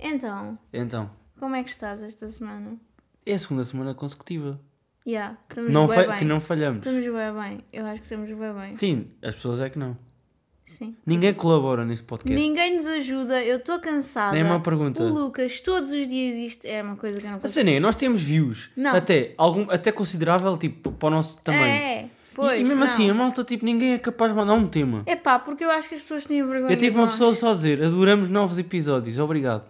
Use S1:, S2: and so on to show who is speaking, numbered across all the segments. S1: Então,
S2: Então,
S1: como é que estás esta semana?
S2: é a segunda semana consecutiva.
S1: Yeah, estamos
S2: Não
S1: bué
S2: fa-
S1: bem.
S2: que não falhamos.
S1: Estamos bem bem. Eu acho que estamos bem bem.
S2: Sim, as pessoas é que não.
S1: Sim.
S2: Ninguém colabora neste podcast.
S1: Ninguém nos ajuda, eu estou cansada.
S2: é Nem é uma pergunta.
S1: O Lucas, todos os dias isto é uma coisa que eu não
S2: A
S1: consigo.
S2: cena é, nós temos views.
S1: Não.
S2: Até, algum, até considerável, tipo, para o nosso tamanho.
S1: É, é.
S2: E-
S1: Pois,
S2: e, mesmo
S1: não.
S2: assim, a malta, tipo, ninguém é capaz de mandar um tema.
S1: É pá, porque eu acho que as pessoas têm vergonha.
S2: Eu tive
S1: de
S2: uma
S1: nós.
S2: pessoa só a dizer, adoramos novos episódios, obrigado.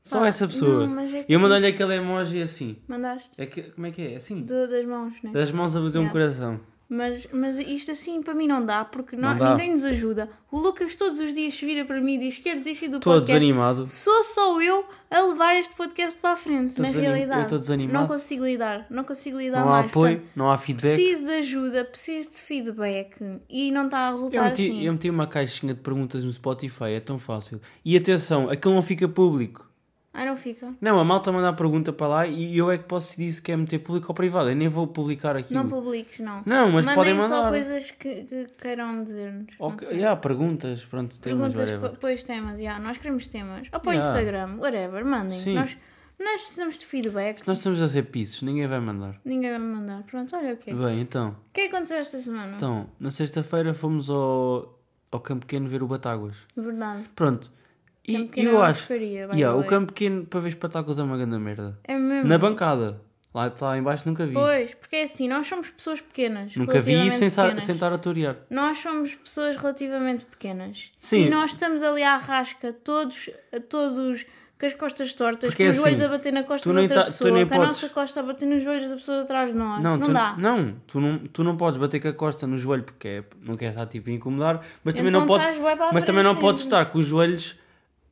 S2: Só
S1: Pá,
S2: essa pessoa.
S1: não, mas é que-
S2: E eu mandei-lhe aquele emoji assim.
S1: Mandaste
S2: É que- como é que é? Assim,
S1: do- das mãos, né?
S2: das mãos a fazer um
S1: Yeah.
S2: coração.
S1: Mas, mas isto assim para mim não dá, porque nó-
S2: Não dá.
S1: ninguém nos ajuda. O Lucas todos os dias se vira para mim e diz: Quer desistir do
S2: Estou
S1: podcast?
S2: desanimado.
S1: Sou só eu a levar este podcast para a frente,
S2: Tô
S1: na
S2: desanim-
S1: realidade.
S2: eu tô desanimado.
S1: Não consigo lidar, não consigo lidar
S2: Não há
S1: mais.
S2: apoio,
S1: portanto,
S2: não há feedback.
S1: preciso de ajuda, preciso de feedback e não está a
S2: Eu
S1: resultar
S2: meti,
S1: assim.
S2: eu meti uma caixinha de perguntas no Spotify, é tão fácil. E atenção, aquilo não fica público.
S1: Ai, não fica.
S2: Não, a malta manda a pergunta para lá e eu é que posso decidir se quer meter público ou privado. Eu nem vou publicar aquilo.
S1: Não publiques, não.
S2: Não, mas
S1: Mandem
S2: podem
S1: só
S2: mandar.
S1: coisas que, que queiram dizer-nos. não
S2: Ok,
S1: sei.
S2: yeah, perguntas, pronto, temas,
S1: Perguntas,
S2: whatever.
S1: po- pois temas, yeah, nós queremos temas. Ou para o
S2: Yeah.
S1: Instagram, whatever, mandem.
S2: Sim.
S1: Nós, nós precisamos de feedback.
S2: Nós estamos a ser pisos, ninguém vai mandar.
S1: Ninguém vai me mandar. Pronto, olha o quê.
S2: Bem, então.
S1: O que é que aconteceu esta semana?
S2: Então, na sexta-feira fomos ao, ao Campo Pequeno ver o Batáguas.
S1: Verdade.
S2: Pronto. E
S1: Campo
S2: e
S1: Pequeno é
S2: eu
S1: uma
S2: acho.
S1: porcaria, by
S2: yeah,
S1: the
S2: o
S1: way.
S2: Campo Pequeno para ver espetáculos é uma grande merda.
S1: É mesmo.
S2: Na bancada. Lá, lá em baixo nunca vi.
S1: Pois, porque é assim, nós somos pessoas pequenas.
S2: Nunca vi
S1: relativamente
S2: sem, sa-
S1: pequenas.
S2: sem estar a torear.
S1: Nós somos pessoas relativamente pequenas.
S2: Sim.
S1: E nós estamos ali à rasca, todos, todos com as costas tortas,
S2: Porque
S1: com
S2: é
S1: os joelhos
S2: assim,
S1: a bater na costa
S2: tu
S1: da
S2: nem
S1: outra
S2: tá- tu
S1: pessoa, com
S2: nem
S1: a
S2: podes-
S1: nossa costa a bater nos joelhos da pessoa atrás de nós. Ah, Não,
S2: tu,
S1: dá.
S2: Não, tu não, tu não podes bater com a costa no joelho porque é- não queres estar tipo a incomodar, mas também
S1: Então
S2: não podes,
S1: estás bué para a
S2: mas também não
S1: frente assim.
S2: podes
S1: sempre.
S2: estar com os joelhos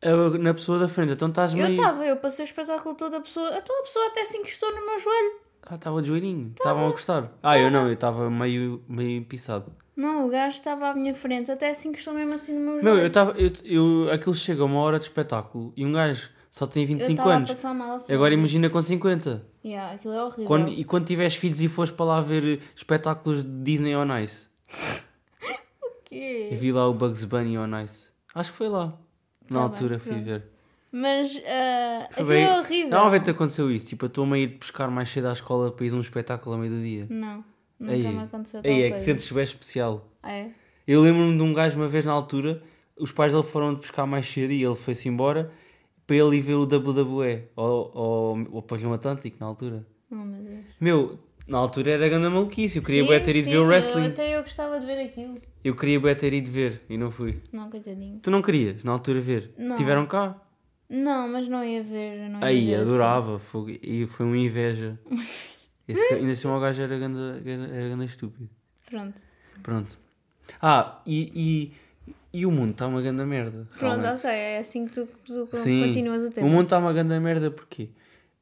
S2: ah, na pessoa da frente. Então estás
S1: Eu
S2: meio.
S1: estava, eu passei o espetáculo todo, a pessoa, a tua pessoa até se encostou no meu joelho.
S2: Ah, estava de joelhinho, estavam a gostar. Ah, eu não, eu estava meio, meio pisado.
S1: Não, o gajo estava à minha frente, até se encostou mesmo assim no meu joelho.
S2: Meu, eu estava. Eu, eu, aquilo chega a uma hora de espetáculo e um gajo só tem
S1: Eu
S2: 25
S1: tava a
S2: anos.
S1: passar mal assim.
S2: Agora imagina com 50.
S1: Yeah, aquilo é horrível.
S2: Quando- e quando tiveres filhos e fores para lá ver espetáculos de Disney on Ice.
S1: Que-
S2: Eu vi lá o Bugs Bunny on Ice. Acho que foi lá. Na
S1: Tá
S2: altura
S1: bem,
S2: fui
S1: pronto.
S2: ver.
S1: Mas ah,
S2: Foi
S1: aquilo
S2: bem-
S1: é horrível.
S2: Não, uma vez te aconteceu isso. Tipo, a tua mãe ir pescar mais cedo à escola para ir a um espetáculo ao meio do dia.
S1: Não, nunca
S2: Aí,
S1: me aconteceu tal
S2: Aí é que
S1: coisa.
S2: sentes bem especial.
S1: É.
S2: Eu lembro-me de um gajo uma vez na altura, os pais dele foram de pescar mais cedo e ele foi-se embora para ele ir ver o WWE ao, ao, ao Pavilhão Atlântico na altura.
S1: Oh, meu Deus.
S2: Meu, na altura era grande maluquice. Eu queria
S1: Sim,
S2: bué ter ido
S1: sim,
S2: ver o wrestling.
S1: Eu, até eu gostava de ver aquilo.
S2: Eu queria bué ter ido ver e não fui.
S1: Não, coitadinho.
S2: Tu não querias na altura ver?
S1: Não.
S2: Tiveram cá?
S1: Não, mas não ia ver. Não ia
S2: Aí,
S1: ver assim.
S2: adorava. fogo, E foi uma inveja. Esse, ga- ainda assim, o gajo era ganda, ganda- era ganda estúpido.
S1: assim. Pronto.
S2: Pronto. Ah, e, e, e o mundo está uma ganda merda.
S1: Pronto,
S2: realmente.
S1: ok, é assim que tu tu
S2: Sim.
S1: continuas a ter.
S2: O mundo está uma ganda merda porquê?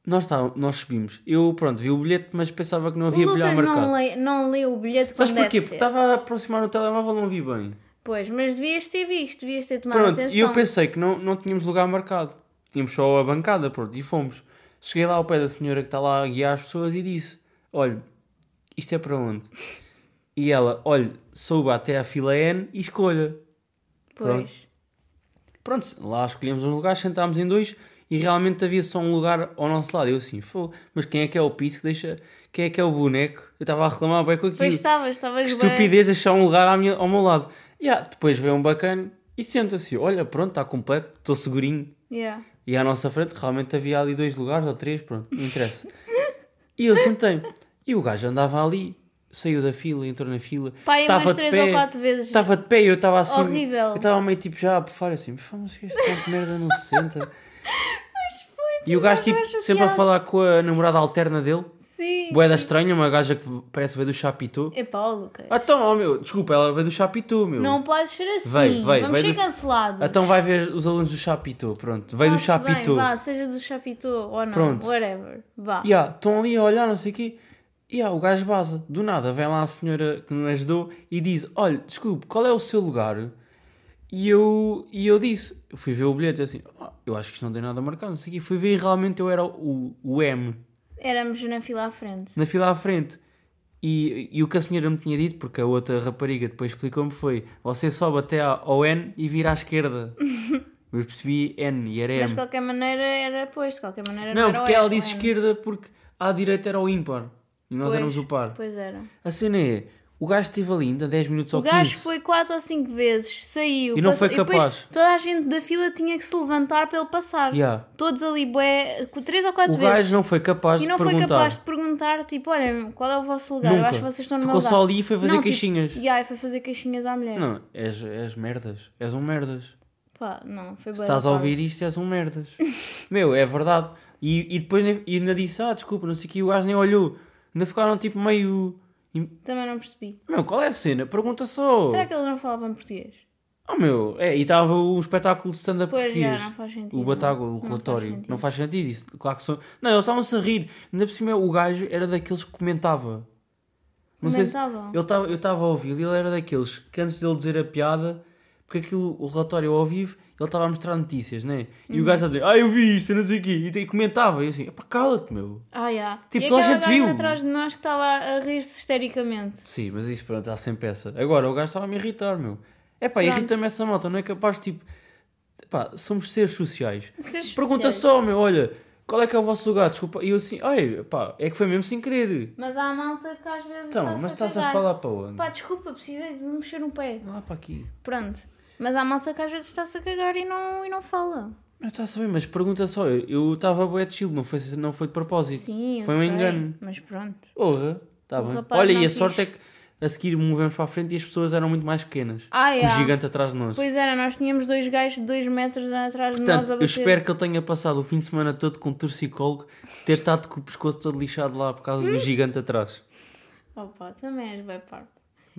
S2: Nós, tá, nós subimos. Eu, pronto, vi o bilhete, mas pensava que não havia bilhete
S1: Lucas
S2: marcado.
S1: não um lê, não lê o bilhete quando
S2: Sabes
S1: deve
S2: porquê?
S1: ser.
S2: Porque tá- estava a aproximar no telemóvel, não vi bem.
S1: Pois, mas devias ter visto, devias ter tomado
S2: Pronto,
S1: atenção.
S2: e eu pensei que não, não tínhamos lugar marcado. Tínhamos só a bancada, pronto, e fomos. Cheguei lá ao pé da senhora que está lá a guiar as pessoas e disse: Olha, isto é para onde? E ela, olha, suba até à fila N e escolha.
S1: Pois.
S2: Pronto, lá escolhemos uns lugares, sentámos em dois e realmente havia só um lugar ao nosso lado. Eu assim, fogo, mas quem é que é o piso que deixa. Quem é que é o boneco? Eu estava a reclamar bem com aquilo.
S1: Pois estavas, estavas
S2: Que
S1: bem.
S2: estupidez deixar um lugar à minha- ao meu lado. Yeah, depois veio um bacana e senta-se. Olha, pronto, está completo, estou segurinho.
S1: Yeah.
S2: E à nossa frente realmente havia ali dois lugares ou três, pronto, não interessa. e eu sentei E o gajo andava ali, saiu da fila, entrou na fila.
S1: Pá, aí
S2: tava
S1: umas
S2: de
S1: três
S2: pé,
S1: ou quatro vezes.
S2: Estava de pé e eu estava assim.
S1: Horrível.
S2: Eu estava meio tipo já a bufar assim, "Fá, mas este ponto de merda não se senta. E o gajo
S1: nós
S2: tipo,
S1: mais
S2: sempre a
S1: chateados.
S2: falar com a namorada alterna dele,
S1: Sim.
S2: boeda estranha, uma gaja que parece ver do Chapitou.
S1: Epá, ó, Lucas.
S2: Ah, então, ó, meu, desculpa, ela veio do Chapitou, meu.
S1: Não podes ser assim.
S2: Vai, vai,
S1: Vamos
S2: vai
S1: ser
S2: do-
S1: cancelados.
S2: Então vai ver os alunos do Chapitou, pronto. Veio do
S1: Vá-se bem,
S2: Chapitou.
S1: Vá, seja do Chapitou ou não.
S2: Pronto.
S1: Whatever. Vá.
S2: E há, estão ali a olhar, não sei o quê. E há, o gajo baza. Do nada, vem lá a senhora que me ajudou e diz: Olha, desculpe, qual é o seu lugar? E eu, e eu disse: eu Fui ver o bilhete. Eu assim, "Ah, eu acho que isto não tem nada marcado, não sei o quê. Fui ver e realmente eu era o, o M
S1: Éramos na fila à frente.
S2: na fila à frente. E, e o que a senhora me tinha dito, porque a outra rapariga depois explicou-me, foi: Você sobe até ao N e vira à esquerda. Mas percebi N e era
S1: Mas de
S2: M.
S1: qualquer maneira era pois, de qualquer maneira não,
S2: É. Não,
S1: era o
S2: porque ela
S1: R,
S2: disse
S1: o M.
S2: esquerda porque à direita era o ímpar. E nós
S1: Pois,
S2: éramos o par.
S1: Pois era.
S2: A cena é, o gajo esteve ali ainda 10 minutos
S1: O
S2: ou 15.
S1: gajo foi 4 ou 5 vezes, saiu.
S2: E não foi
S1: depois
S2: capaz.
S1: toda a gente da fila tinha que se levantar para ele passar.
S2: Yeah.
S1: Todos ali, bué, 3 ou 4
S2: O
S1: vezes.
S2: gajo não foi capaz
S1: e
S2: de
S1: não foi
S2: perguntar.
S1: capaz de perguntar, tipo, olha, qual é o vosso lugar? Eu
S2: Nunca.
S1: acho que vocês estão no
S2: Ficou
S1: meu lugar.
S2: só ali e foi fazer
S1: Não, tipo,
S2: queixinhas.
S1: Yeah, e foi fazer queixinhas à mulher.
S2: Não, és, és merdas. És um merdas.
S1: Pá, não, foi bué da
S2: Estás a
S1: parva.
S2: ouvir isto és um merdas. Meu, é verdade. E, e depois nem- e ainda disse, ah, desculpa, não sei o que, o gajo nem olhou. Ainda ficaram tipo meio... im-
S1: Também não percebi.
S2: Meu, qual é a cena? Pergunta só.
S1: Será que eles não falavam português?
S2: Oh meu, é, e estava o espetáculo de stand-up
S1: Pois,
S2: português.
S1: já, não faz sentido,
S2: o Batágua,
S1: não.
S2: o
S1: Não
S2: relatório.
S1: faz
S2: Não faz,
S1: sentido.
S2: sentido isso. Claro que são. Não, eles estavam-se a rir. Ainda por cima o gajo era daqueles que comentava. Não sei se-
S1: Comentavam.
S2: ele tava- eu estava a ouvi-lo e ele era daqueles que antes dele dizer a piada, porque aquilo, o relatório ao vivo, ele estava a mostrar notícias, né? E
S1: Uhum.
S2: o gajo a dizer, ah, eu vi isto, eu não sei o quê. E, e comentava, e eu assim, pá, cala-te, meu.
S1: Ah, já.
S2: Tipo,
S1: e
S2: toda a
S1: aquela
S2: gente
S1: gaja
S2: viu.
S1: atrás de nós que estava a rir-se histericamente.
S2: Sim, mas isso pronto, há sempre essa. Agora, o gajo estava a me irritar, meu. É pá,
S1: Pronto.
S2: irrita-me essa malta, não é capaz, tipo. Pá, somos seres sociais.
S1: Seres
S2: Pergunta
S1: especiais.
S2: só, meu, olha, qual é que é o vosso lugar? Desculpa. E eu assim, ai, pá, é que foi mesmo sem querer.
S1: Mas há malta que às vezes
S2: Então,
S1: está-se
S2: mas estás a
S1: cagar.
S2: falar para onde?
S1: Pá, desculpa, precisei de mexer um pé.
S2: Lá para aqui.
S1: Pronto. Mas há malta que às vezes está-se a cagar e não, e não fala.
S2: Mas está a saber, mas pergunta só, eu- eu estava bué de chill, não foi, não foi de propósito.
S1: Sim, eu
S2: foi um
S1: sei,
S2: engano.
S1: Mas pronto.
S2: Porra, está
S1: O
S2: bem.
S1: rapaz
S2: Olha,
S1: não
S2: e a
S1: quis.
S2: sorte é que a seguir movemos para a frente e as pessoas eram muito mais pequenas.
S1: Ah,
S2: Com
S1: yeah.
S2: O gigante atrás de nós.
S1: Pois era, nós tínhamos dois gajos de 2 metros atrás de nós
S2: Portanto,
S1: a
S2: eu
S1: bater.
S2: espero que ele tenha passado o fim de semana todo com um torcicólogo, ter estado com o pescoço todo lixado lá por causa
S1: Hum?
S2: do gigante atrás.
S1: Opa, também és bem parvo.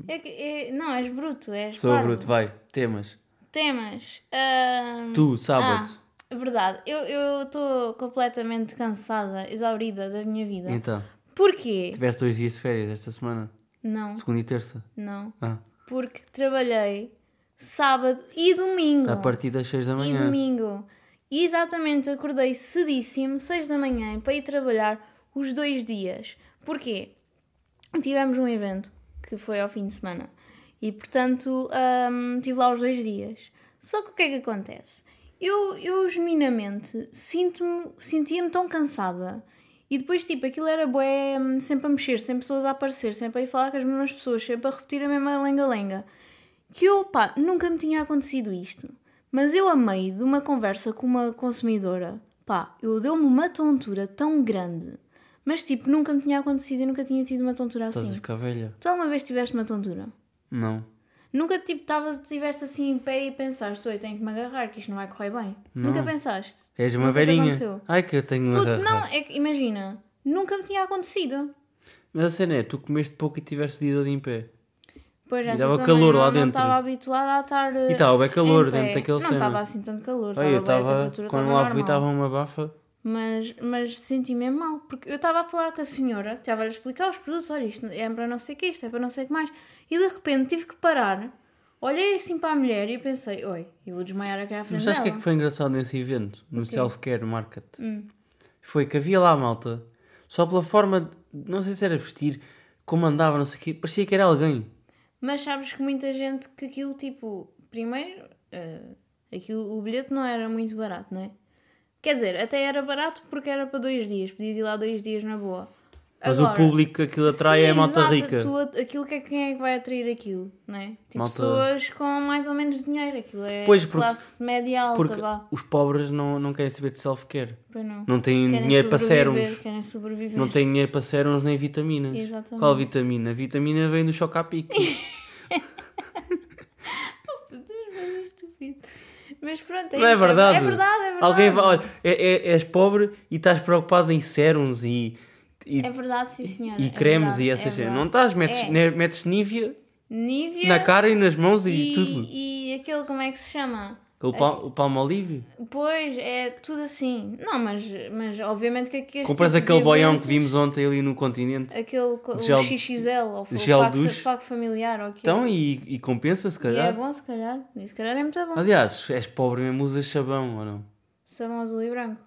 S1: É que, é- não, és bruto, és
S2: Sou
S1: parvo.
S2: bruto, vai, temas.
S1: Temas. ahm,
S2: Tu, sábado.
S1: Ah, verdade. Eu- Eu estou completamente cansada, exaurida da minha vida.
S2: Então,
S1: Porquê?
S2: tiveste dois dias de férias esta semana,
S1: Não,
S2: segunda e terça.
S1: não.
S2: Ah,
S1: Porque trabalhei sábado e domingo.
S2: a partir das 6 da
S1: E
S2: manhã.
S1: domingo. E exatamente acordei cedíssimo, 6 da manhã, para ir trabalhar os dois dias. Porquê? Tivemos um evento que foi ao fim de semana e, portanto, hum, tive lá os dois dias. Só que o que é que acontece? Eu, eu genuinamente, sinto-me- sentia-me tão cansada. E depois, tipo, aquilo era bué, hum, sempre a mexer, sempre pessoas a aparecer, sempre a ir falar com as mesmas pessoas, sempre a repetir a mesma lenga-lenga que eu, pá, nunca me tinha acontecido isto. Mas eu, a meio de uma conversa com uma consumidora, pá, eu deu-me uma tontura tão grande. Mas, tipo, nunca me tinha acontecido e nunca tinha tido uma tontura
S2: Estás a
S1: assim.
S2: ficar velha?
S1: Tu alguma vez tiveste uma tontura?
S2: Não.
S1: Nunca, tipo, tavas, tiveste assim em pé e pensaste, oi, tenho que me agarrar, que isto não vai correr bem. Nunca pensaste.
S2: És uma
S1: Nunca te
S2: velhinha.
S1: é aconteceu.
S2: Ai que eu tenho uma
S1: Puto,
S2: rarra.
S1: não, é que, imagina, nunca me tinha acontecido.
S2: Mas a cena é, tu comeste pouco e tiveste o dia todo em pé.
S1: Pois já
S2: dava calor lá
S1: não
S2: dentro.
S1: estava habituada a estar. eh,
S2: E estava bem calor
S1: em pé.
S2: dentro daquele
S1: Não
S2: cena.
S1: estava assim tanto calor,
S2: Ai,
S1: estava bem, a
S2: eu estava,
S1: temperatura
S2: quando
S1: estava
S2: lá fui
S1: normal.
S2: estava uma bafa.
S1: Mas, mas senti-me mal, porque eu estava a falar com a senhora, estava-lhe a explicar os produtos, olha, isto é para não sei o que, isto é para não sei o que mais, e de repente tive que parar, olhei assim para a mulher e pensei, oi, eu vou desmaiar aqui à frente
S2: Mas
S1: dela.
S2: sabes o que é que foi engraçado nesse evento? No
S1: quê? Hum.
S2: Self-Care Market? Foi que havia lá a malta, só pela forma, de- não sei se era vestir, como andava, não sei o quê, parecia que era alguém.
S1: Mas sabes que muita gente que aquilo, tipo, primeiro, eh, aquilo, o bilhete não era muito barato, não é? Quer dizer, até era barato porque era para dois dias, podias ir lá dois dias na boa.
S2: Mas o
S1: Agora-
S2: público que aquilo atrai
S1: Sim,
S2: é a malta
S1: exato,
S2: rica.
S1: tu at- aquilo que é quem é que vai atrair aquilo, não é? Tipo,
S2: Malta-
S1: pessoas com mais ou menos dinheiro, aquilo é
S2: Pois, porque-
S1: classe média alta,
S2: Porque
S1: vá.
S2: os pobres não, não querem saber de self-care.
S1: Pois não.
S2: Não têm
S1: Querem
S2: dinheiro para
S1: sobreviver,
S2: sérums.
S1: Querem sobreviver.
S2: Não têm dinheiro para sérums nem vitaminas.
S1: Exatamente.
S2: Qual vitamina? A vitamina vem do choque à pique.
S1: Mas é estúpido. Mas pronto, é
S2: Não é
S1: isso,
S2: verdade?
S1: É verdade, é verdade.
S2: Alguém vai, olha, é- é- és pobre e estás preocupado em sérums e, e,
S1: É verdade, sim senhora.
S2: e
S1: é
S2: cremes
S1: verdade,
S2: e
S1: é
S2: essas coisas.
S1: verdade.
S2: Não estás, metes,
S1: É.
S2: ne- metes Nivea
S1: Nívia
S2: na cara e nas mãos e,
S1: e,
S2: tudo.
S1: e aquele, como é que se chama?
S2: O, pal, o palmolive.
S1: Pois, é tudo assim. Não, mas, mas obviamente que aqui este
S2: Compras
S1: tipo de
S2: aquele boião que
S1: evento- É
S2: vimos ontem ali no continente.
S1: Aquele co-
S2: Gel-
S1: o XXL ou o
S2: gel
S1: pago,
S2: douche.
S1: pago familiar ou aquilo.
S2: Então, e, e compensa se
S1: e
S2: calhar.
S1: é bom, se calhar. E se calhar é muito bom.
S2: Aliás, és pobre mesmo, usas sabão ou não?
S1: Sabão azul e branco.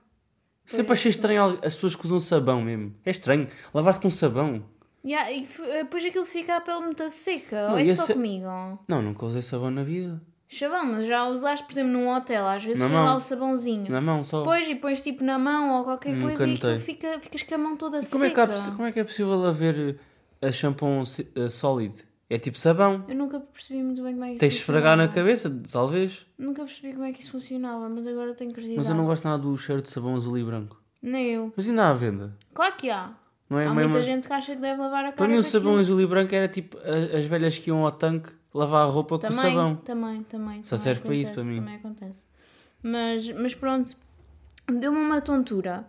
S2: Sempre achei estranho al- as pessoas que usam sabão mesmo. É estranho. Lavar-se com sabão.
S1: Yeah, e f- depois aquilo eh, fica a pele muito seca.
S2: Não,
S1: ou é
S2: e
S1: só
S2: esse-
S1: comigo?
S2: Não, nunca usei sabão na vida.
S1: Chavão, mas já usaste, por exemplo, num hotel, às vezes
S2: Na
S1: tem
S2: mão.
S1: lá o sabãozinho.
S2: Na mão só.
S1: Depois e pões tipo na mão ou qualquer
S2: Nunca
S1: coisa e aquilo
S2: notei.
S1: fica, ficas com a mão toda
S2: Como é, que
S1: seca.
S2: há possi- como é que é possível haver eh, a shampoo si- eh, sólido? É tipo sabão.
S1: Eu nunca percebi muito bem como é que isso
S2: Tens de esfregar na
S1: funcionava.
S2: cabeça, talvez.
S1: Nunca percebi como é que isso funcionava, mas agora tenho curiosidade.
S2: Mas eu não gosto nada do cheiro de sabão azul e branco.
S1: Nem eu.
S2: Mas ainda há à venda.
S1: Claro que há.
S2: Não é
S1: há
S2: mesmo-
S1: muita gente que acha que deve lavar a cara
S2: Para mim o
S1: com
S2: sabão
S1: aquilo.
S2: azul e branco era tipo a- as velhas que iam ao tanque lavar a roupa
S1: também,
S2: com sabão.
S1: Também, também.
S2: Só
S1: também
S2: serve para isso,
S1: acontece,
S2: para mim.
S1: Também acontece. Mas, mas pronto, deu-me uma tontura.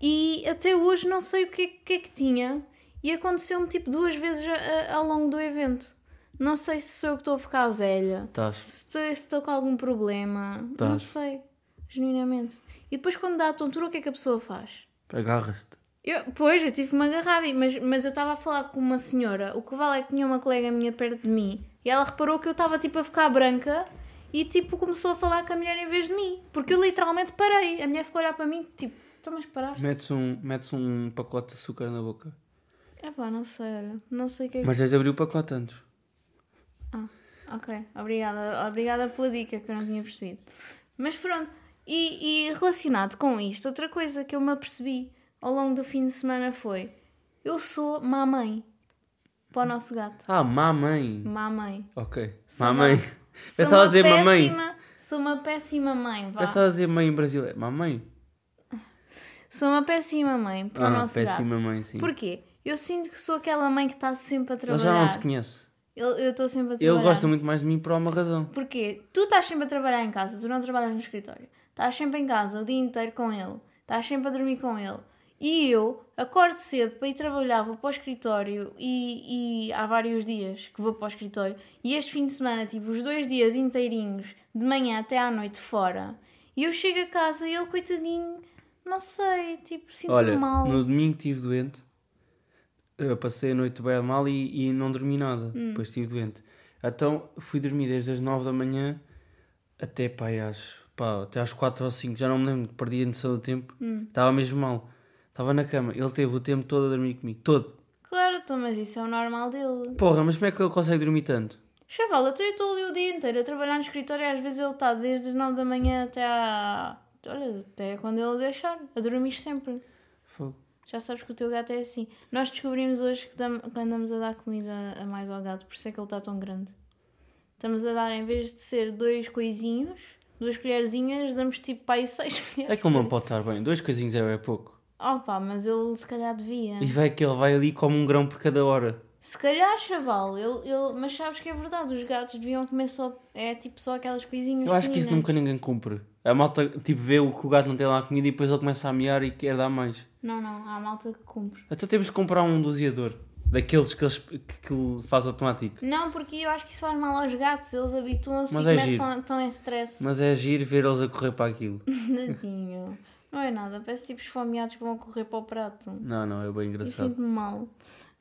S1: E até hoje não sei o que é que, é que tinha. E aconteceu-me tipo duas vezes a- a- ao longo do evento. Não sei se sou eu que estou a ficar velha.
S2: Estás.
S1: Se estou- se estou com algum problema. Não
S2: Tás.
S1: sei. Genuinamente. E depois quando dá a tontura, o que é que a pessoa faz?
S2: Agarras-te.
S1: Eu, pois, eu tive-me a agarrar, e- mas, mas eu estava a falar com uma senhora. O que vale é que tinha uma colega minha perto de mim e ela reparou que eu estava tipo a ficar branca e tipo começou a falar com a mulher em vez de mim. Porque eu literalmente parei. A mulher ficou a olhar para mim tipo, então mas paraste?
S2: Metes um, metes um pacote de açúcar na boca.
S1: É pá, não sei, olha. Não sei o que é que.
S2: Mas tens de abrir o pacote antes.
S1: Ah, ok, obrigada. Obrigada pela dica que eu não tinha percebido. Mas pronto, e, e relacionado com isto, outra coisa que eu me apercebi ao longo do fim de semana foi: eu sou má mãe para o nosso gato.
S2: Ah, mamãe.
S1: Má mãe.
S2: Ok.
S1: Sou
S2: Mamãe.
S1: uma-
S2: Pensava a dizer
S1: péssima,
S2: mamãe.
S1: Sou uma péssima mãe, vá.
S2: Pensava a dizer mãe brasileira. Mamãe?
S1: Sou uma péssima mãe para
S2: Ah,
S1: o nosso
S2: péssima
S1: gato.
S2: mãe, sim.
S1: Porquê? Eu sinto que sou aquela mãe que está sempre a
S2: Ele já não
S1: trabalhar.
S2: te conhece.
S1: Ele- eu estou sempre a
S2: Ele
S1: trabalhar.
S2: gosta muito mais de mim por uma razão.
S1: Porquê? Tu estás sempre a trabalhar em casa, tu não trabalhas no escritório. Estás sempre em casa o dia inteiro com ele. Estás sempre a dormir com ele. E eu acordo cedo para ir trabalhar, vou para o escritório e, e há vários dias que vou para o escritório. E este fim de semana tive os dois dias inteirinhos, de manhã até à noite fora. E eu chego a casa e ele, coitadinho, não sei, tipo, sinto-me
S2: Olha,
S1: mal.
S2: no domingo estive doente. Eu passei a noite bem mal e, e não dormi nada.
S1: Hum.
S2: Depois estive doente. Então fui dormir desde as 9 da manhã até pá, aí às, pá, até às 4 ou 5. Já não me lembro, perdi a noção do tempo.
S1: Hum.
S2: Estava mesmo mal. Estava na cama. Ele teve o tempo todo a dormir comigo. Todo.
S1: Claro, então, mas isso é o normal dele.
S2: Porra, mas como é que ele consegue dormir tanto?
S1: Chaval, até eu estou ali o dia inteiro a trabalhar no escritório e às vezes ele está desde as 9 da manhã até à... Olha, até quando ele deixar, a dormir sempre.
S2: Fogo.
S1: Já sabes que o teu gato é assim. Nós descobrimos hoje que, dam- que andamos a dar comida a mais ao gato, por isso é que ele está tão grande. Estamos a dar, em vez de ser dois coisinhos, duas colherzinhas, damos tipo pai seis
S2: É
S1: colheres.
S2: que ele não pode estar bem. Dois coisinhos é, é pouco.
S1: Opa, mas ele se calhar devia.
S2: E vai que ele vai ali e come um grão por cada hora.
S1: Se calhar, chaval, ele, ele... mas sabes que é verdade, os gatos deviam comer só, é tipo só aquelas coisinhas
S2: Eu acho que isso
S1: pequeninas.
S2: nunca ninguém cumpre. A malta, tipo, vê o que o gato não tem lá comida e depois ele começa a miar e quer dar mais.
S1: Não, não, há malta que cumpre.
S2: Então temos de comprar um doseador. Daqueles que, eles, que, que ele faz automático.
S1: Não, porque eu acho que isso faz mal aos gatos, eles habituam-se e
S2: Mas é
S1: começam
S2: giro.
S1: a estão em stress.
S2: Mas é agir ver eles a correr para aquilo.
S1: Tadinho. Não é nada, parece tipo esfomeados que vão correr para o prato.
S2: Não, não, é bem
S1: E
S2: engraçado.
S1: sinto-me mal. O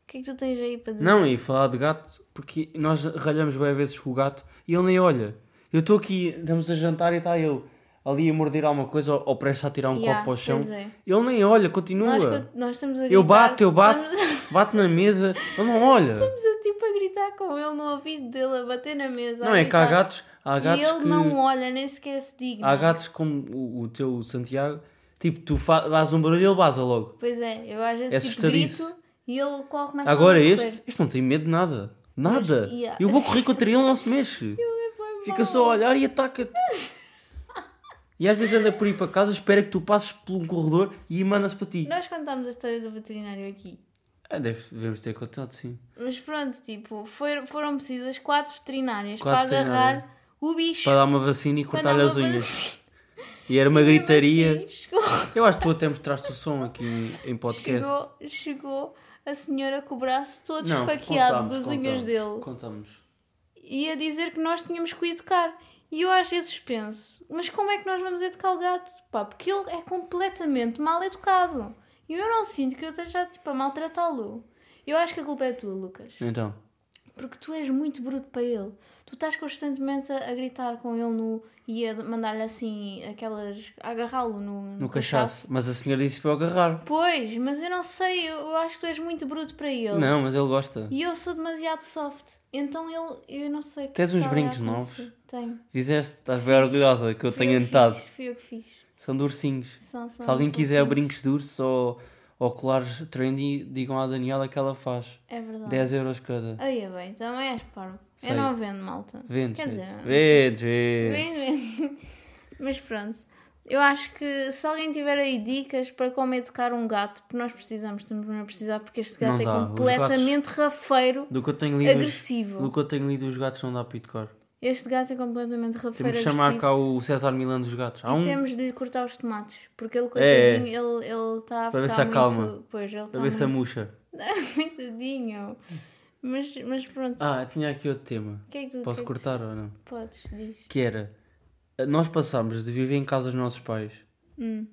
S1: que é que tu tens aí para dizer?
S2: Não, e falar de gato, porque nós ralhamos bem vezes com o gato e ele nem olha. Eu estou aqui, estamos a jantar e está ele ali a morder alguma coisa ou, ou presta a tirar um
S1: Ya,
S2: copo ao chão.
S1: pois é.
S2: Ele nem olha, continua.
S1: Nós, co- nós estamos a gritar.
S2: Eu bato, eu bato,
S1: Estamos,
S2: bato na mesa, ele não olha.
S1: estamos a, tipo a gritar com ele no ouvido dele, a bater na mesa. a
S2: Não, é que há
S1: gritar.
S2: gatos, há gatos
S1: e ele
S2: que
S1: não olha, nem sequer se digna.
S2: há gatos como o, o teu Santiago, tipo, tu fa- fazes um barulho e ele vaza logo.
S1: Pois é, eu às vezes
S2: É
S1: tipo grito
S2: assustadiço.
S1: e ele corre mais
S2: Agora este, este não tem medo de nada. Nada.
S1: Mas, yeah.
S2: Eu vou correr contra ele, é ele não se mexe. Fica só a olhar e ataca-te. E às vezes anda por aí para casa, espera que tu passes por um corredor e manda-se para ti.
S1: Nós contámos a história do veterinário aqui.
S2: Ah, deve- devemos ter contato, sim.
S1: Mas pronto, tipo, foi- foram precisas quatro veterinárias
S2: Quatro
S1: para
S2: veterinárias.
S1: agarrar o bicho.
S2: Para dar uma vacina e
S1: Quando
S2: cortar-lhe
S1: ela
S2: as unhas.
S1: vaci-
S2: E era uma gritaria.
S1: vaci- Chegou,
S2: Eu acho que tu até mostraste o som aqui em- em podcast.
S1: chegou, chegou a senhora com o braço todo
S2: Não,
S1: esfaqueado
S2: contamos,
S1: das unhas
S2: contamos,
S1: dele
S2: Contamos.
S1: e a dizer que nós tínhamos que o educar. E eu às vezes penso, mas como é que nós vamos educar o gato? Pá, porque ele é completamente mal educado. E eu não sinto que eu esteja tipo, a maltratá-lo. Eu acho que a culpa é tua, Lucas.
S2: Então,
S1: Porque tu és muito bruto para ele. Tu estás constantemente a, a gritar com ele no, e a mandar-lhe assim aquelas. a agarrá-lo no,
S2: No cachaço. Mas a senhora disse para eu agarrar.
S1: Pois, mas eu não sei, eu, eu acho que tu és muito bruto para ele.
S2: Não, mas ele gosta.
S1: E eu sou demasiado soft. Então ele, eu não sei. o que
S2: Tens
S1: é que
S2: uns
S1: está a
S2: brincos
S1: acontecer. Tenho.
S2: Fizeste, estás bem orgulhosa que eu
S1: Fui
S2: tenha
S1: que
S2: notado.
S1: fiz, Fui eu que fiz.
S2: São de ursinhos.
S1: São- são
S2: Se alguém
S1: uns
S2: quiser
S1: fofinhos.
S2: brincos duros ou ou colares trendy, digam à Daniela que ela faz.
S1: É verdade.
S2: 10 euros cada.
S1: Aí é bem, também és parvo.
S2: Sei.
S1: Eu não vendo, malta.
S2: Vendes,
S1: Quer dizer,
S2: vendes.
S1: não
S2: vendes, vendes.
S1: Vendo, vendo. Mas pronto. Eu acho que se alguém tiver aí dicas para como educar um gato, porque nós precisamos, estamos mesmo a precisar, porque este
S2: Não
S1: gato é
S2: dá, os
S1: completamente rafeiro,
S2: Do que eu tenho lido, os,
S1: agressivo.
S2: do que eu tenho lido os gatos não dá para educar.
S1: Este gato é completamente rafeiro,
S2: Temos de chamar
S1: agressivo.
S2: cá o César Milan dos gatos. Há
S1: E
S2: um
S1: temos de lhe cortar os tomates, porque ele,
S2: É, é.
S1: coitadinho, ele ele está a
S2: Para ver
S1: ficar
S2: se acalma.
S1: muito... Pois, ele está
S2: a ver se a
S1: muito...
S2: murcha.
S1: coitadinho. Mas, mas pronto,
S2: Ah, tinha aqui outro tema.
S1: o que é que tu... o
S2: Posso
S1: que é que tu
S2: cortar ou não?
S1: Podes, diz.
S2: Que era, nós passámos de viver em casa dos nossos pais, eh,
S1: Hum.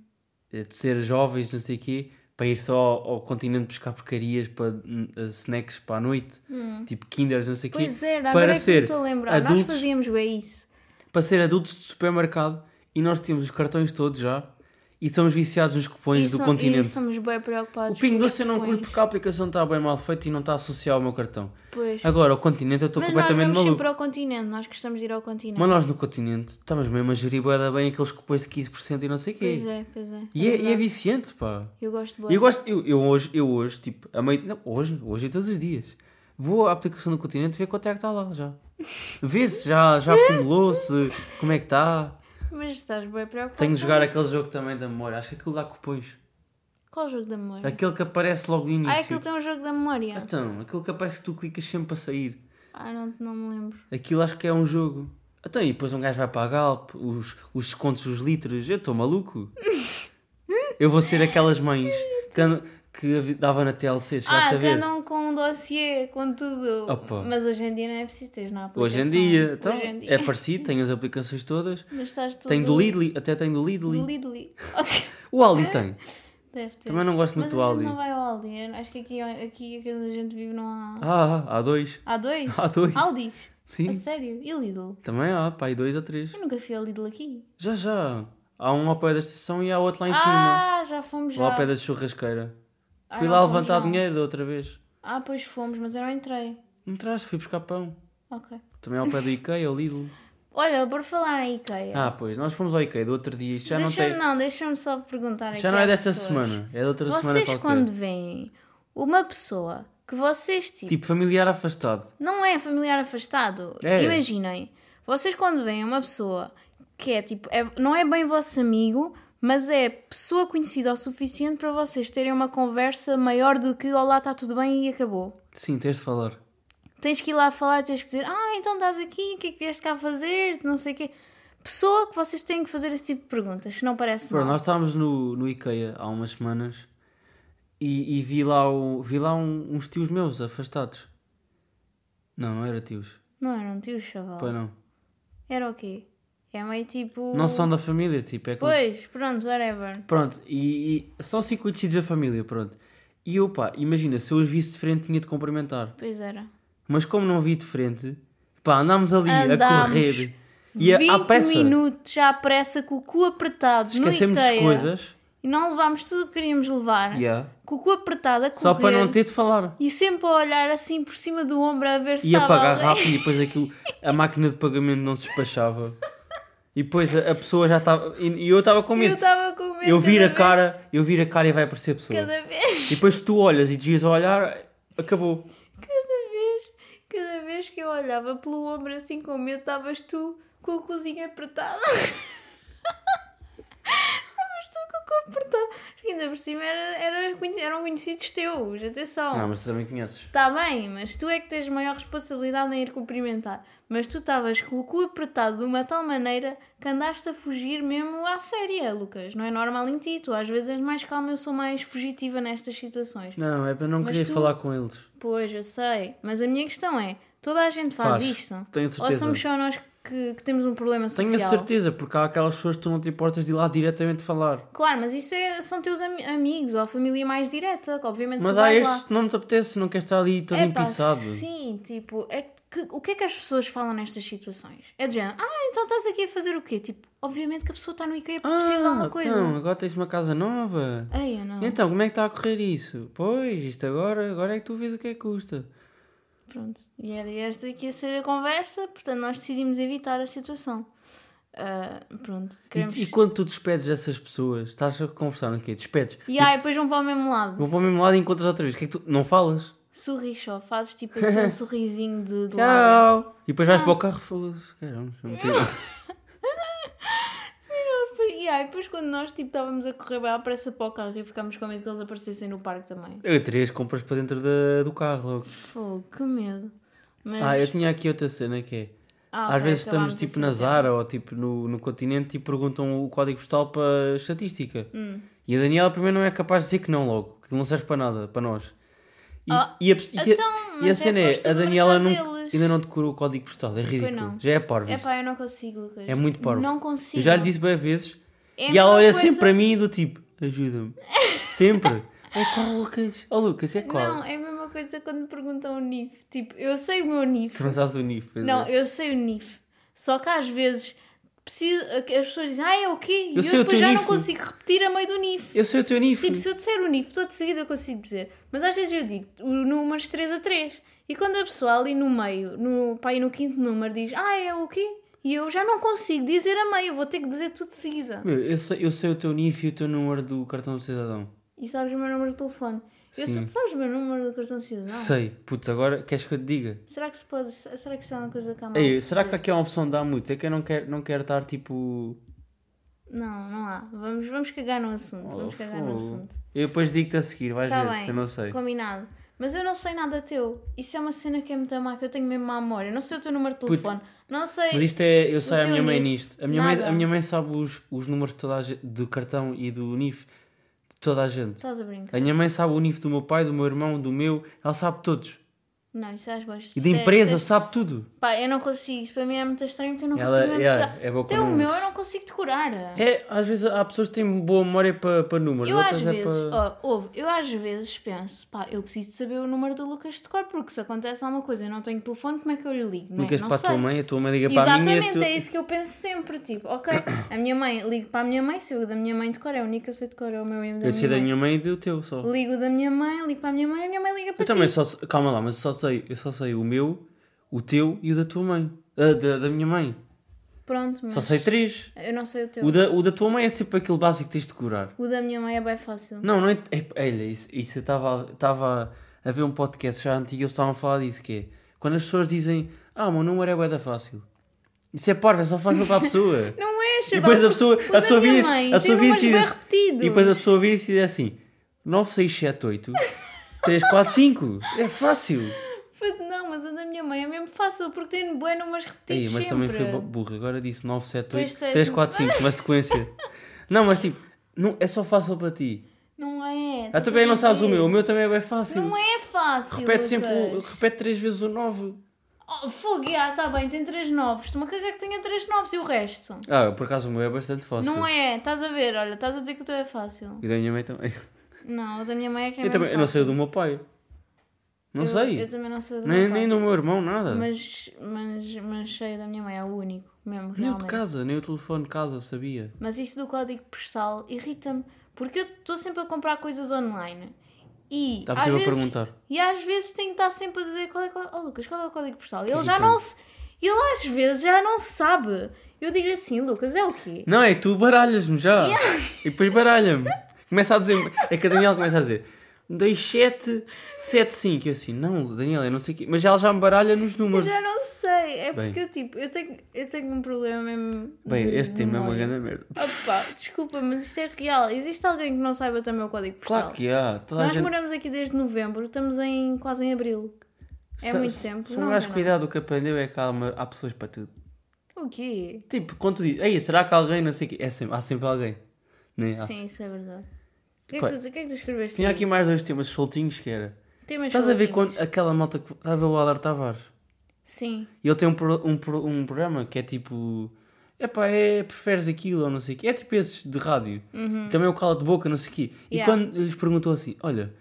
S2: de ser jovens, não sei o quê, para ir só ao continente buscar porcarias, para hum, snacks para a noite, tipo kinders, não sei o quê.
S1: Hum. Pois era,
S2: para
S1: agora é que
S2: ser
S1: me estou a lembrar.
S2: adultos-
S1: Nós fazíamos bem isso.
S2: para ser adultos de supermercado e nós tínhamos os cartões todos já e somos viciados nos cupões
S1: E
S2: do
S1: som- E
S2: continente.
S1: somos bem preocupados.
S2: O Pingo
S1: com os
S2: Doce eu não
S1: cupons.
S2: curto porque a aplicação está bem mal feita e não está associada ao meu cartão.
S1: Pois.
S2: Agora, o continente eu estou
S1: Mas nós
S2: completamente
S1: vamos
S2: maluco.
S1: sempre ao continente, nós gostamos de ir ao continente.
S2: Mas nós no continente estamos mesmo a gerir bué da bem aqueles cupões de 15% e não sei o quê.
S1: Pois é, pois é.
S2: E, é, e é
S1: verdade.
S2: viciante, pá.
S1: Eu gosto
S2: E
S1: de
S2: Eu gosto, eu, eu hoje, eu hoje, tipo, a meio, não, hoje, hoje e todos os dias. Vou à aplicação do continente ver quanto é que está lá já. Ver se já, já acumulou, se como é que está.
S1: Mas estás bem preocupado.
S2: Tenho de
S1: com
S2: jogar
S1: Então isso.
S2: aquele jogo também da memória. Acho que aquilo dá cupons.
S1: Qual jogo da memória?
S2: Aquele que aparece logo no início.
S1: Hum. Ah, aquele tem um jogo da memória.
S2: Então, aquele que aparece que tu clicas sempre para sair.
S1: Ah, não, não me lembro.
S2: Aquilo acho que é um jogo. Então, e depois um gajo vai para a Galp, os, os descontos, os litros. Eu estou maluco. Eu vou ser aquelas mães que, andam- que dava na TLC, chegaste
S1: Ah,
S2: a
S1: que
S2: ver?
S1: andam com um dossiê, com tudo.
S2: Opa.
S1: Mas hoje em dia não é preciso teres na aplicação.
S2: Hoje em dia, então,
S1: Hoje em dia.
S2: é parecido, tenho as aplicações todas.
S1: Mas estás tudo...
S2: Tenho do Lidl, até tenho do
S1: Do
S2: Lidl.
S1: Lidl. Ok.
S2: O Aldi tem.
S1: Deve ter.
S2: Também não gosto
S1: Mas
S2: muito do
S1: a gente
S2: Aldi.
S1: não vai ao Aldi. Eu Acho que aqui, aqui aqui onde a gente vive não há...
S2: Ah, há dois.
S1: Há dois?
S2: Há dois.
S1: Aldis?
S2: Sim.
S1: A sério? E Lidl?
S2: Também há, pá, aí dois ou três.
S1: Eu nunca fui ao Lidl aqui.
S2: Já, já. Há um ao pé da estação e há outro lá em cima.
S1: ah, já fomos já.
S2: Lá ao pé da churrasqueira.
S1: Ah,
S2: Fui
S1: não
S2: lá
S1: fomos,
S2: levantar
S1: não.
S2: dinheiro da outra vez.
S1: Ah, pois fomos, mas eu não entrei.
S2: Não traz, fui buscar pão.
S1: Ok.
S2: Também ao pé do IKEA, ao Lidl.
S1: Olha, por falar em IKEA.
S2: Ah, pois, nós fomos ao IKEA do outro dia. Isto já não
S1: deixa
S2: tem.
S1: não, deixa-me só perguntar aqui
S2: Já não é
S1: às
S2: desta
S1: pessoas.
S2: semana, é da outra semana
S1: Vocês
S2: qualquer.
S1: quando veem uma pessoa que vocês tipo,
S2: Tipo, familiar afastado.
S1: não é familiar afastado,
S2: É.
S1: imaginem, vocês quando veem uma pessoa que é tipo, é- não é bem vosso amigo, mas é pessoa conhecida o suficiente para vocês terem uma conversa maior do que olá, está tudo bem e acabou.
S2: Sim, tens de falar.
S1: Tens que ir lá falar, tens que dizer, ah, então estás aqui, o que é que vieste cá fazer, não sei o quê. Pessoa que vocês têm que fazer esse tipo de perguntas, se não parece
S2: Pô,
S1: mal.
S2: nós estávamos no, no IKEA há umas semanas e, e vi lá, o, vi lá um- uns tios meus afastados. Não, não era tios.
S1: Não era um tio chaval.
S2: Pois não.
S1: Era o quê? É meio tipo...
S2: Não são da família, tipo, é como se-
S1: Pois, pronto, whatever.
S2: Pronto, e, e são cinco conhecidos da família, pronto. E eu, pá, imagina, se eu os visse de frente tinha de cumprimentar.
S1: Pois era.
S2: Mas como não vi de frente, pá, andámos ali a
S1: Andámos.
S2: correr. E a,
S1: 20
S2: à pressa,
S1: minutos já à pressa, com o cu apertado
S2: esquecemos
S1: no IKEA.
S2: de coisas.
S1: E não levámos tudo o que queríamos levar.
S2: Yeah.
S1: Com o cu apertado a correr.
S2: Só para não ter de falar.
S1: E sempre a olhar assim por cima do ombro a ver se
S2: E
S1: estava
S2: apagar
S1: alguém.
S2: rápido e depois aquilo, a máquina de pagamento não se despachava. E depois a, a pessoa já estava. E, e eu estava com
S1: Eu
S2: medo.
S1: estava com medo.
S2: Eu, vir
S1: cada
S2: a cara, eu vir a cara e vai aparecer a pessoa.
S1: Vez, cada vez,
S2: E depois se tu olhas e desvias a olhar, acabou.
S1: cada vez, cada vez que eu olhava pelo ombro assim com medo, estavas tu com a cozinha apertada. Estavas tu com o cu apertado. Porque ainda por cima era, era conhe- eram conhecidos teus, atenção.
S2: Não, mas tu também conheces.
S1: Está Tá bem, mas tu é que tens maior responsabilidade em ir cumprimentar. Mas tu estavas com o cu apertado de uma tal maneira que andaste a fugir mesmo à séria, Lucas. Não é normal em ti. Tu às vezes és mais calma, eu sou mais fugitiva nestas situações.
S2: Não, é para não
S1: Mas
S2: querer
S1: tu-
S2: falar com eles.
S1: Pois, eu sei. Mas a minha questão é: toda a gente faz,
S2: Faz,
S1: isto?
S2: tenho
S1: Ou
S2: certeza.
S1: somos só nós que que, que temos um problema social.
S2: Tenho a certeza, porque há aquelas pessoas que tu não te importas de ir lá diretamente falar.
S1: Claro, mas isso é- são teus ami- amigos ou a família mais direta, que obviamente
S2: Mas
S1: tu
S2: há
S1: vais
S2: estes
S1: lá.
S2: que não te apetece, não queres estar ali todo
S1: Epá, É
S2: empiçado.
S1: sim, tipo, é que, o que é que as pessoas falam nestas situações? É do género, ah, então estás aqui a fazer o quê? Tipo, obviamente que a pessoa está no IKEA porque precisa de alguma coisa.
S2: então, agora tens uma casa nova.
S1: Ei, eu não.
S2: Então, como é que está a correr isso? Pois, isto agora, agora é que tu vês o que é que custa.
S1: Pronto, e era esta que ia ser a conversa, portanto nós decidimos evitar a situação. Ah, pronto, queremos.
S2: E, e
S1: E,
S2: quando tu despedes dessas pessoas, estás a conversar no quê? Despedes.
S1: ai, depois vão para o mesmo lado.
S2: Vão para o mesmo lado e encontras outra vez. O que é que tu não falas?
S1: Sorris só, fazes tipo assim um sorrisinho de, de lado.
S2: Tchau! E depois vais para o carro e falas. Caramba, um não quero.
S1: E ai, depois quando nós tipo estávamos a correr bem à pressa para o carro e ficámos com medo que eles aparecessem no parque também.
S2: Eu três compras para dentro da- do carro logo.
S1: Fogo, que medo. Mas.
S2: Ah, eu tinha aqui outra cena que é.
S1: Ah,
S2: Às
S1: ok,
S2: vezes estamos
S1: acabámos
S2: tipo
S1: assim
S2: na
S1: o tema.
S2: Zara ou tipo no, no continente e perguntam o código postal para estatística.
S1: Hum.
S2: E a Daniela primeiro não é capaz de dizer que não logo, que não serve para nada, para nós. E,
S1: Ah,
S2: e a, pe- e a-
S1: então,
S2: e a
S1: mas é
S2: cena é,
S1: posto
S2: a
S1: no
S2: Daniela
S1: mercado
S2: não-
S1: deles.
S2: ainda não decorou o código postal, é ridículo.
S1: não.
S2: Já é parvo.
S1: É
S2: isto.
S1: pá, eu não consigo, Lucas.
S2: É muito parvo.
S1: Não
S2: Eu
S1: consigo.
S2: já lhe disse bem vezes
S1: É a
S2: e
S1: mesma
S2: ela olha
S1: coisa-
S2: sempre para mim do tipo, ajuda-me. sempre. É qual, Lucas? Ó Lucas, é qual?
S1: Não, é a mesma coisa quando me perguntam o NIF. Tipo, eu sei o meu NIF.
S2: Transás o NIF. pois
S1: Não,
S2: é.
S1: eu sei o NIF. Só que às vezes preciso, as pessoas dizem, ah, é o quê? E
S2: Eu
S1: eu,
S2: sei o
S1: depois
S2: teu
S1: já
S2: NIF.
S1: não consigo repetir a meio do NIF.
S2: Eu sei o teu NIF.
S1: Tipo, se eu disser o NIF, todo de seguida eu consigo dizer. Mas às vezes eu digo o- números 3 a 3. E quando a pessoa ali no meio, no, pá, aí no quinto número, diz, ah, é o quê? E eu já não consigo dizer a meio, eu vou ter que dizer tudo de seguida.
S2: Meu, eu sei, eu sei o teu NIF e o teu número do cartão do cidadão.
S1: E sabes o meu número de telefone. Eu
S2: Sim.
S1: sou, tu sabes o meu número do cartão de cidadão?
S2: Sei. Putz, agora queres que eu te diga?
S1: Será que se pode. Será que isso é uma coisa que há mal
S2: Ei,
S1: de se
S2: será que
S1: fazer?
S2: aqui é uma opção de dar muito? É que eu não quero, não quero estar tipo.
S1: Não, não há. Vamos, vamos cagar no assunto.
S2: oh,
S1: vamos cagar no
S2: fogo.
S1: assunto.
S2: Eu depois digo-te a seguir, vais
S1: Está
S2: ver,
S1: bem.
S2: se eu não sei.
S1: Combinado. Mas eu não sei nada teu. Isso é uma cena que é muito má, que eu tenho mesmo má memória. Não sei o teu número de telefone. Não sei.
S2: Mas isto é. Eu sei a
S1: teu
S2: minha mãe
S1: NIF,
S2: nisto. A minha mãe,
S1: nada.
S2: a minha mãe sabe os, os números de toda a gente, do cartão e do NIF de toda a gente.
S1: Estás a brincar.
S2: A minha mãe sabe o NIF do meu pai, do meu irmão, do meu. Ela sabe todos.
S1: Não, isso és baixo.
S2: E da empresa, sabe tudo.
S1: Pá, eu não consigo. Isso para mim é muito estranho que eu não
S2: Ela-
S1: consigo mesmo
S2: é,
S1: decorar.
S2: é boa com
S1: Até o meu
S2: números.
S1: eu não consigo decorar.
S2: É, às vezes há pessoas que têm boa memória para para números,
S1: Eu às
S2: outras é
S1: vezes, oh,
S2: para.
S1: ó, ouve, eu às vezes penso, pá, eu preciso de saber o número do Lucas de cor, porque se acontece alguma coisa, eu não tenho telefone, como é que eu lhe ligo? não é?
S2: Ligas
S1: não
S2: para
S1: sei.
S2: a tua mãe, a tua mãe liga para a minha e a
S1: Exatamente,
S2: tua...
S1: é isso que eu penso sempre, tipo, ok, a minha mãe, ligo para a minha mãe, se eu da minha mãe de cor, é o único que eu sei de cor, é o meu e o da
S2: Eu sei
S1: minha
S2: da
S1: mãe.
S2: minha mãe e do teu só.
S1: Ligo da minha mãe, ligo para a minha mãe, a minha mãe liga para
S2: Eu
S1: ti.
S2: também só se- calma lá, Então, mas eu só sei, eu só sei o meu, o teu e o da tua mãe. Ah, da, da minha mãe.
S1: Pronto, mas
S2: Só sei três.
S1: eu não sei o teu.
S2: O
S1: O,
S2: da, o da tua mãe é sempre aquele básico que tens de curar.
S1: da minha mãe é bem fácil.
S2: Não, não é. é- Olha, isso, isso eu estava estava a ver um podcast já antigo e eles estavam a falar disso, que é quando as pessoas dizem ah, o meu número é boeda fácil. Isso é parvo, é só fácil para a pessoa.
S1: Não é,
S2: E
S1: chaval,
S2: depois a
S1: o-
S2: pessoa,
S1: o
S2: a
S1: da
S2: pessoa
S1: minha
S2: vira
S1: mãe
S2: a pessoa
S1: tem
S2: vira
S1: números
S2: e
S1: bem
S2: diz,
S1: repetidos.
S2: e depois a pessoa vira e diz assim: 9678 345. É fácil.
S1: Puto, Não, mas o da minha mãe é mesmo fácil, porque tem bué números repetidos
S2: Aí, mas
S1: sempre.
S2: também foi bu- burro. Agora disse
S1: Pois um
S2: 978
S1: disseste.
S2: 345, uma sequência. não, mas tipo, não, é só fácil para ti.
S1: Não é.
S2: Ah,
S1: estás
S2: tu bem não
S1: dizer.
S2: sabes o meu, o meu também é bem fácil.
S1: Não é fácil.
S2: repete sempre, o-
S1: Lucas.
S2: repete três vezes o 9.
S1: Oh, fogo, ah, tá bem, tem três novos. Estou-me a cagar que tenha três novos e o resto.
S2: Ah, por acaso o meu é bastante fácil.
S1: Não é, estás a ver, olha, estás a dizer que o teu é fácil.
S2: E da minha mãe também.
S1: Não, o da minha mãe é que é
S2: eu
S1: mesmo
S2: também eu não sei o
S1: fácil.
S2: do meu pai. Não
S1: Eu-
S2: sei.
S1: Eu, também não sei o do
S2: nem,
S1: meu pai.
S2: nem do meu irmão, nada.
S1: Mas, mas, mas sei o da minha mãe, é o único, mesmo,
S2: Nem o de
S1: realmente.
S2: casa, nem o telefone de casa sabia.
S1: Mas isso do código postal irrita-me, porque eu estou sempre a comprar coisas online. E
S2: Está
S1: às,
S2: sempre Tá a
S1: vezes,
S2: perguntar.
S1: e às vezes tenho que estar sempre a dizer qual é, qual, oh, Lucas, qual é o código postal? E ele já
S2: irritante.
S1: não se, ele às vezes já não sabe. Eu digo assim, Lucas, é o quê?
S2: Não, é tu baralhas-me já. E depois baralha-me. Começa a dizer. É que a Daniela começa a dizer. 2775. Eu assim, não, Daniela, eu não sei o quê. Mas ela já me baralha nos
S1: Eu
S2: números.
S1: já não sei, é
S2: Bem.
S1: porque eu tipo, eu tenho, eu tenho um problema mesmo.
S2: Bem,
S1: de-
S2: este
S1: de
S2: tema é uma
S1: memória.
S2: grande merda.
S1: Opa, desculpa, mas isto é real. Existe alguém que não saiba também o código postal?
S2: Claro que há. Toda a
S1: Nós
S2: gente-
S1: moramos aqui desde novembro, estamos em quase em abril. É
S2: Se-
S1: muito
S2: se-
S1: tempo.
S2: Se um
S1: não,
S2: gajo
S1: não.
S2: cuidado, o que aprendeu é que há, uma- há pessoas para tudo.
S1: O quê?
S2: Tipo, quando tu dizes, Ei, será que alguém, não sei o quê. É sempre, há sempre alguém. Né? Há
S1: Sim,
S2: se-
S1: isso é verdade. O que é
S2: Qual-
S1: que tu, o que é que tu escreveste?
S2: Tinha
S1: aí?
S2: aqui mais dois temas soltinhos que era.
S1: Temas
S2: Estás a ver
S1: soltinhos.
S2: quando aquela malta que. Estás a ver o Alar Tavares?
S1: Sim.
S2: E ele tem um, pro- um, pro- um programa que é tipo. Epá, é, preferes aquilo ou não sei o quê. É tipo esses de rádio. Também é o cala de boca, não sei o quê. E
S1: Yeah.
S2: quando lhes perguntou assim: Olha,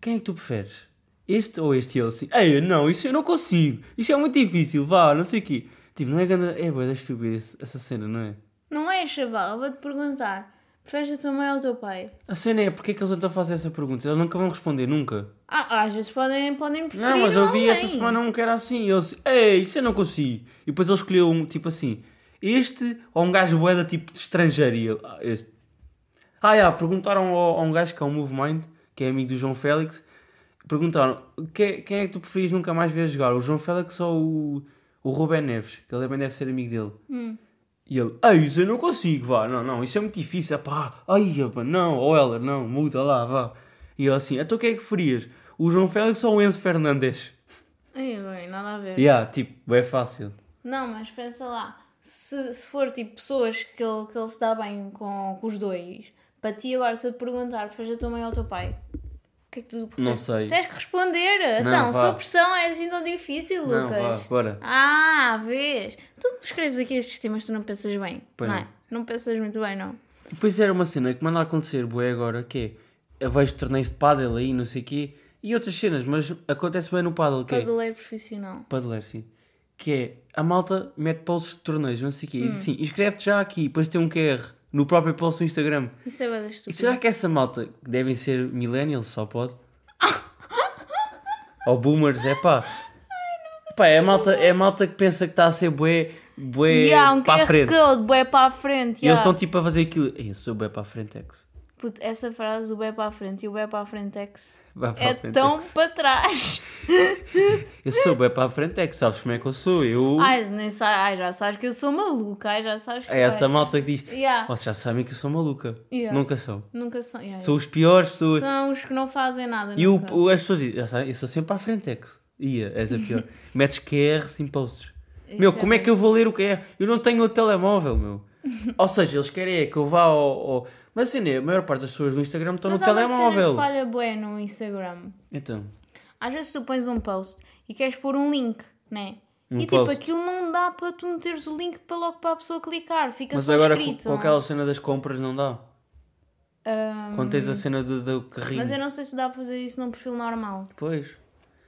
S2: quem é que tu preferes? Este ou este? E ele assim: Ei, não, isso eu não consigo. Isso é muito difícil, vá, não sei o quê. Tipo, não é grande. É boa, da estúpida esse- essa cena, não é?
S1: Não é, chaval, eu vou-te perguntar. Preferes a tua mãe ou o teu pai?
S2: A cena é porque é que eles estão a fazer essa pergunta? Eles nunca vão responder, nunca.
S1: Ah, às vezes podem, podem preferir
S2: Não, mas eu
S1: alguém.
S2: vi esta semana um que era assim. Ele disse, ei, isso eu não consigo. E depois ele escolheu um, tipo assim, este ou um gajo boeda tipo de estrangeiro. E ele, ah, este. Ah, já, perguntaram ao, a um gajo que é o Movemind, que é amigo do João Félix. Perguntaram, quem, quem é que tu preferias nunca mais ver jogar? O João Félix ou o, o Rubén Neves? Que ele também deve ser amigo dele. E ele, ei, isso eu não consigo, vá, não, não, isso é muito difícil, pá, ai, epá, não, ou ela, não, muda lá, vá. E ele assim, então o que é que preferias? O João Félix ou o Enzo Fernandes?
S1: Ai, bem, nada a ver.
S2: Yeah, tipo, é fácil.
S1: Não, mas pensa lá. Se, se for tipo pessoas que ele, que ele se dá bem com, com os dois, para ti agora, se eu te perguntar, preferes a tua mãe ou o teu pai? O que é que tu
S2: Não
S1: preferes?
S2: sei.
S1: Tens que responder.
S2: Não,
S1: então,
S2: vá.
S1: sua pressão é assim tão difícil,
S2: Não, vá,
S1: Lucas.
S2: bora.
S1: Ah, vês? Tu escreves aqui estes temas, tu não pensas bem.
S2: Pois
S1: não,
S2: não.
S1: é? não pensas muito bem, não.
S2: Depois era uma cena que manda acontecer, bué, agora, que é, eu vejo torneios de pádel aí, não sei o quê, e outras cenas, mas acontece bem no pádel, que é...
S1: Padeleiro profissional.
S2: Paddler, sim. Que é, a malta mete posts de torneios, não sei o quê, e
S1: Hum.
S2: diz assim, inscreve-te já aqui, depois tem um QR, no próprio post do Instagram.
S1: Isso é bada
S2: E
S1: estúpida.
S2: será que essa malta que devem ser millennials só pode? Ou boomers, é pá. Pá, é a malta, é a malta que pensa que está a ser bué, bué
S1: E há um
S2: é para a
S1: QR
S2: frente.
S1: Code, bué para a frente.
S2: E eles
S1: yeah.
S2: estão tipo a fazer aquilo. "Ei, Eu sou bué para a frente, ex.
S1: Puto, essa frase do bué para a frente e o bué para a frente ex
S2: Bué para
S1: é
S2: a frente,
S1: tão
S2: ex.
S1: para trás.
S2: Eu sou bué para a frente, ex. Sabes como é que eu sou? Eu...
S1: Ai, nem sa- ai, já sabes que eu sou maluca. Ai, já sabes que.
S2: é essa malta que diz...
S1: Yeah.
S2: Vocês já sabem que eu sou maluca.
S1: Yeah.
S2: Nunca são.
S1: Nunca são. yeah,
S2: São os piores. Sou...
S1: São os que não fazem nada.
S2: E o,
S1: nunca.
S2: o- as pessoas dizem, "Já sabem, eu sou sempre para a frente, ex. Ia, és a pior. Metes QR sem posts. Meu,
S1: é
S2: como é que eu vou ler o que é? Eu não tenho o telemóvel, meu. Ou seja, eles querem é que eu vá ao. ao- Mas assim, né, a maior parte das pessoas no Instagram estão no
S1: Mas há uma cena que
S2: telemóvel.
S1: falha bué no Instagram.
S2: Então,
S1: Às vezes tu pões um post e queres pôr um link, né?
S2: Um
S1: e tipo,
S2: post.
S1: aquilo não dá para tu meteres o link para logo para a pessoa clicar. Fica
S2: mas
S1: só
S2: agora com,
S1: escrito. é?
S2: com aquela cena das compras não dá.
S1: Ah,
S2: Quando tens a cena do, do carrinho.
S1: mas eu não sei se dá para fazer isso num perfil normal.
S2: Pois.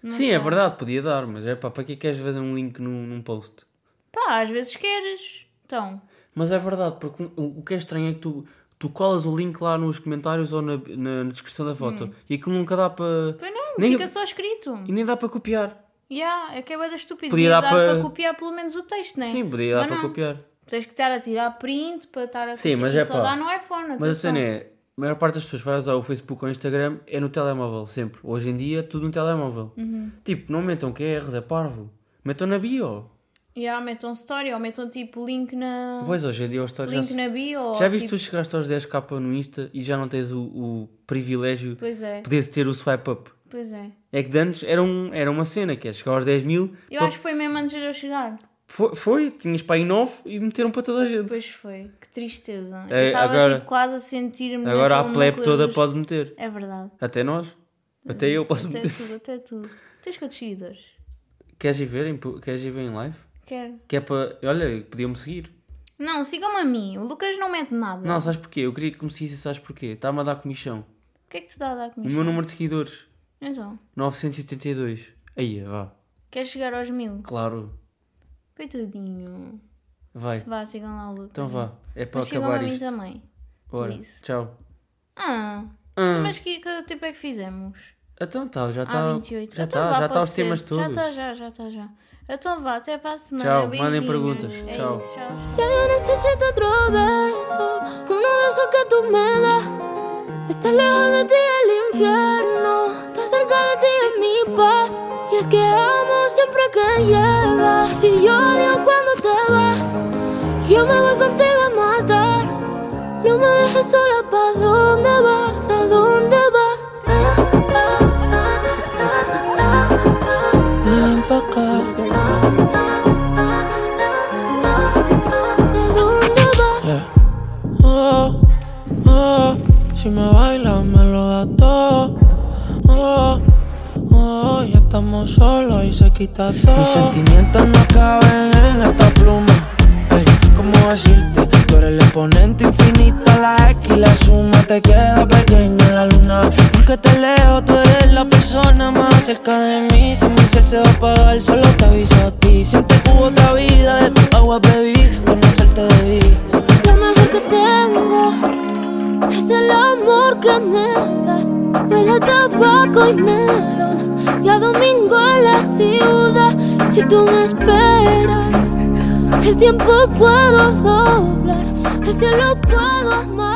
S2: Sim, é verdade, podia dar, mas é pá, para que é que queres fazer um link num, num post?
S1: Pá, às vezes queres. Então,
S2: Mas é verdade, porque o, o que é estranho é que tu, tu colas o link lá nos comentários ou na, na descrição da foto
S1: Hum.
S2: e aquilo nunca dá para.
S1: pois não,
S2: Nem-
S1: fica só escrito.
S2: E nem dá para copiar.
S1: Yeah, é que é bué da estúpida. Podia
S2: Podia dar
S1: dar
S2: para-
S1: para copiar pelo menos o texto, né?
S2: Sim, podia dar
S1: Mas
S2: para
S1: não.
S2: copiar.
S1: Tens que estar a tirar print para estar a
S2: Sim,
S1: copiar.
S2: mas
S1: E
S2: é
S1: só
S2: pá.
S1: dá no iPhone.
S2: Mas a
S1: atenção.
S2: cena é, a maior parte das pessoas vai usar o Facebook ou o Instagram é no telemóvel, sempre. Hoje em dia, tudo no telemóvel.
S1: Uhum.
S2: Tipo, não metam QRs, é parvo. Metam na bio.
S1: Yeah, metam story ou metam tipo link na,
S2: é Pois, hoje em dia, os stories já
S1: link
S2: se-
S1: na bio. ou,
S2: Já viste
S1: tipo...
S2: tu chegaste aos 10k no Insta e já não tens o, o privilégio de
S1: Pois é,
S2: poderes ter o swipe up?
S1: pois é.
S2: É que de antes era, um, era uma cena, que é chegar aos 10 mil,
S1: Eu acho que foi mesmo antes de eu chegar.
S2: foi, foi, tinhas para aí 9 e meteram para toda a gente.
S1: Pois foi, que tristeza.
S2: É,
S1: eu estava
S2: agora-
S1: tipo quase a sentir-me.
S2: Agora a
S1: naquele
S2: plebe
S1: núcleo
S2: toda
S1: dos-
S2: pode meter.
S1: É verdade.
S2: Até nós. Até eu posso
S1: Até
S2: meter.
S1: tudo, até tudo. Tens quantos seguidores?
S2: Queres ir ver em, pu- queres ir ver em live?
S1: Quero.
S2: Que é para. Olha, podiam-me seguir.
S1: Não, sigam-me a mim. O Lucas não mete nada.
S2: Não, sabes porquê? Eu queria que me seguisse, sabes porquê? Está-me a dar comichão.
S1: O que é que te dá a dar
S2: O
S1: comigo?
S2: meu número de seguidores,
S1: Então,
S2: 982. Aí, vá.
S1: queres chegar aos mil?
S2: Claro.
S1: Coitadinho.
S2: Vai.
S1: Se vá, sigam lá o Lucas.
S2: É. Então vá. É para
S1: Mas sigam a
S2: acabar
S1: mim
S2: isto.
S1: também.
S2: Ora,
S1: Isso.
S2: tchau.
S1: Ah,
S2: Ah,
S1: mas que, que tempo é que fizemos?
S2: Então tá, já
S1: Ah,
S2: está.
S1: 28.
S2: Já
S1: Então
S2: está,
S1: vá,
S2: já
S1: pode
S2: está os
S1: ser.
S2: temas todos.
S1: Já tá, está, já, já está, já. Então vá, até para a semana.
S2: Tchau, mandem
S1: Beijinhos.
S2: perguntas.
S1: É
S2: Tchau.
S1: isso, tchau.
S3: Ya yo necesito otro beso, uno de esos que tú me das. Está lejos de ti el infierno, está cerca de ti es mi paz. Y es que amo siempre que llegas, y yo odio cuando te vas. Yo me voy contigo a matar, no me dejes sola, ¿pa' dónde vas? ¿A dónde vas? Ah, ah, ah, ah, ah, ah.
S4: Ven pa' acá,
S3: ¿A dónde vas?
S4: yeah. Oh, oh, si me bailas me lo das todo. Oh, oh, hoy estamos solos y se quita todo. Mis sentimientos no caben en esta pluma. Ey, ¿cómo decirte? Tú eres el exponente infinito, la X y la suma te queda pequeña en la luna. Porque te leo, tú eres la persona más cerca de mí. Si mi ser se va a apagar, solo te aviso a ti. Siente que hubo otra vida, de tu agua bebí, conocerte debí.
S3: Lo mejor que tengo es el amor que me das. Huele a tabaco y melón y a domingo en la ciudad. Si tú me esperas, el tiempo puedo doblar, el cielo puedo amar.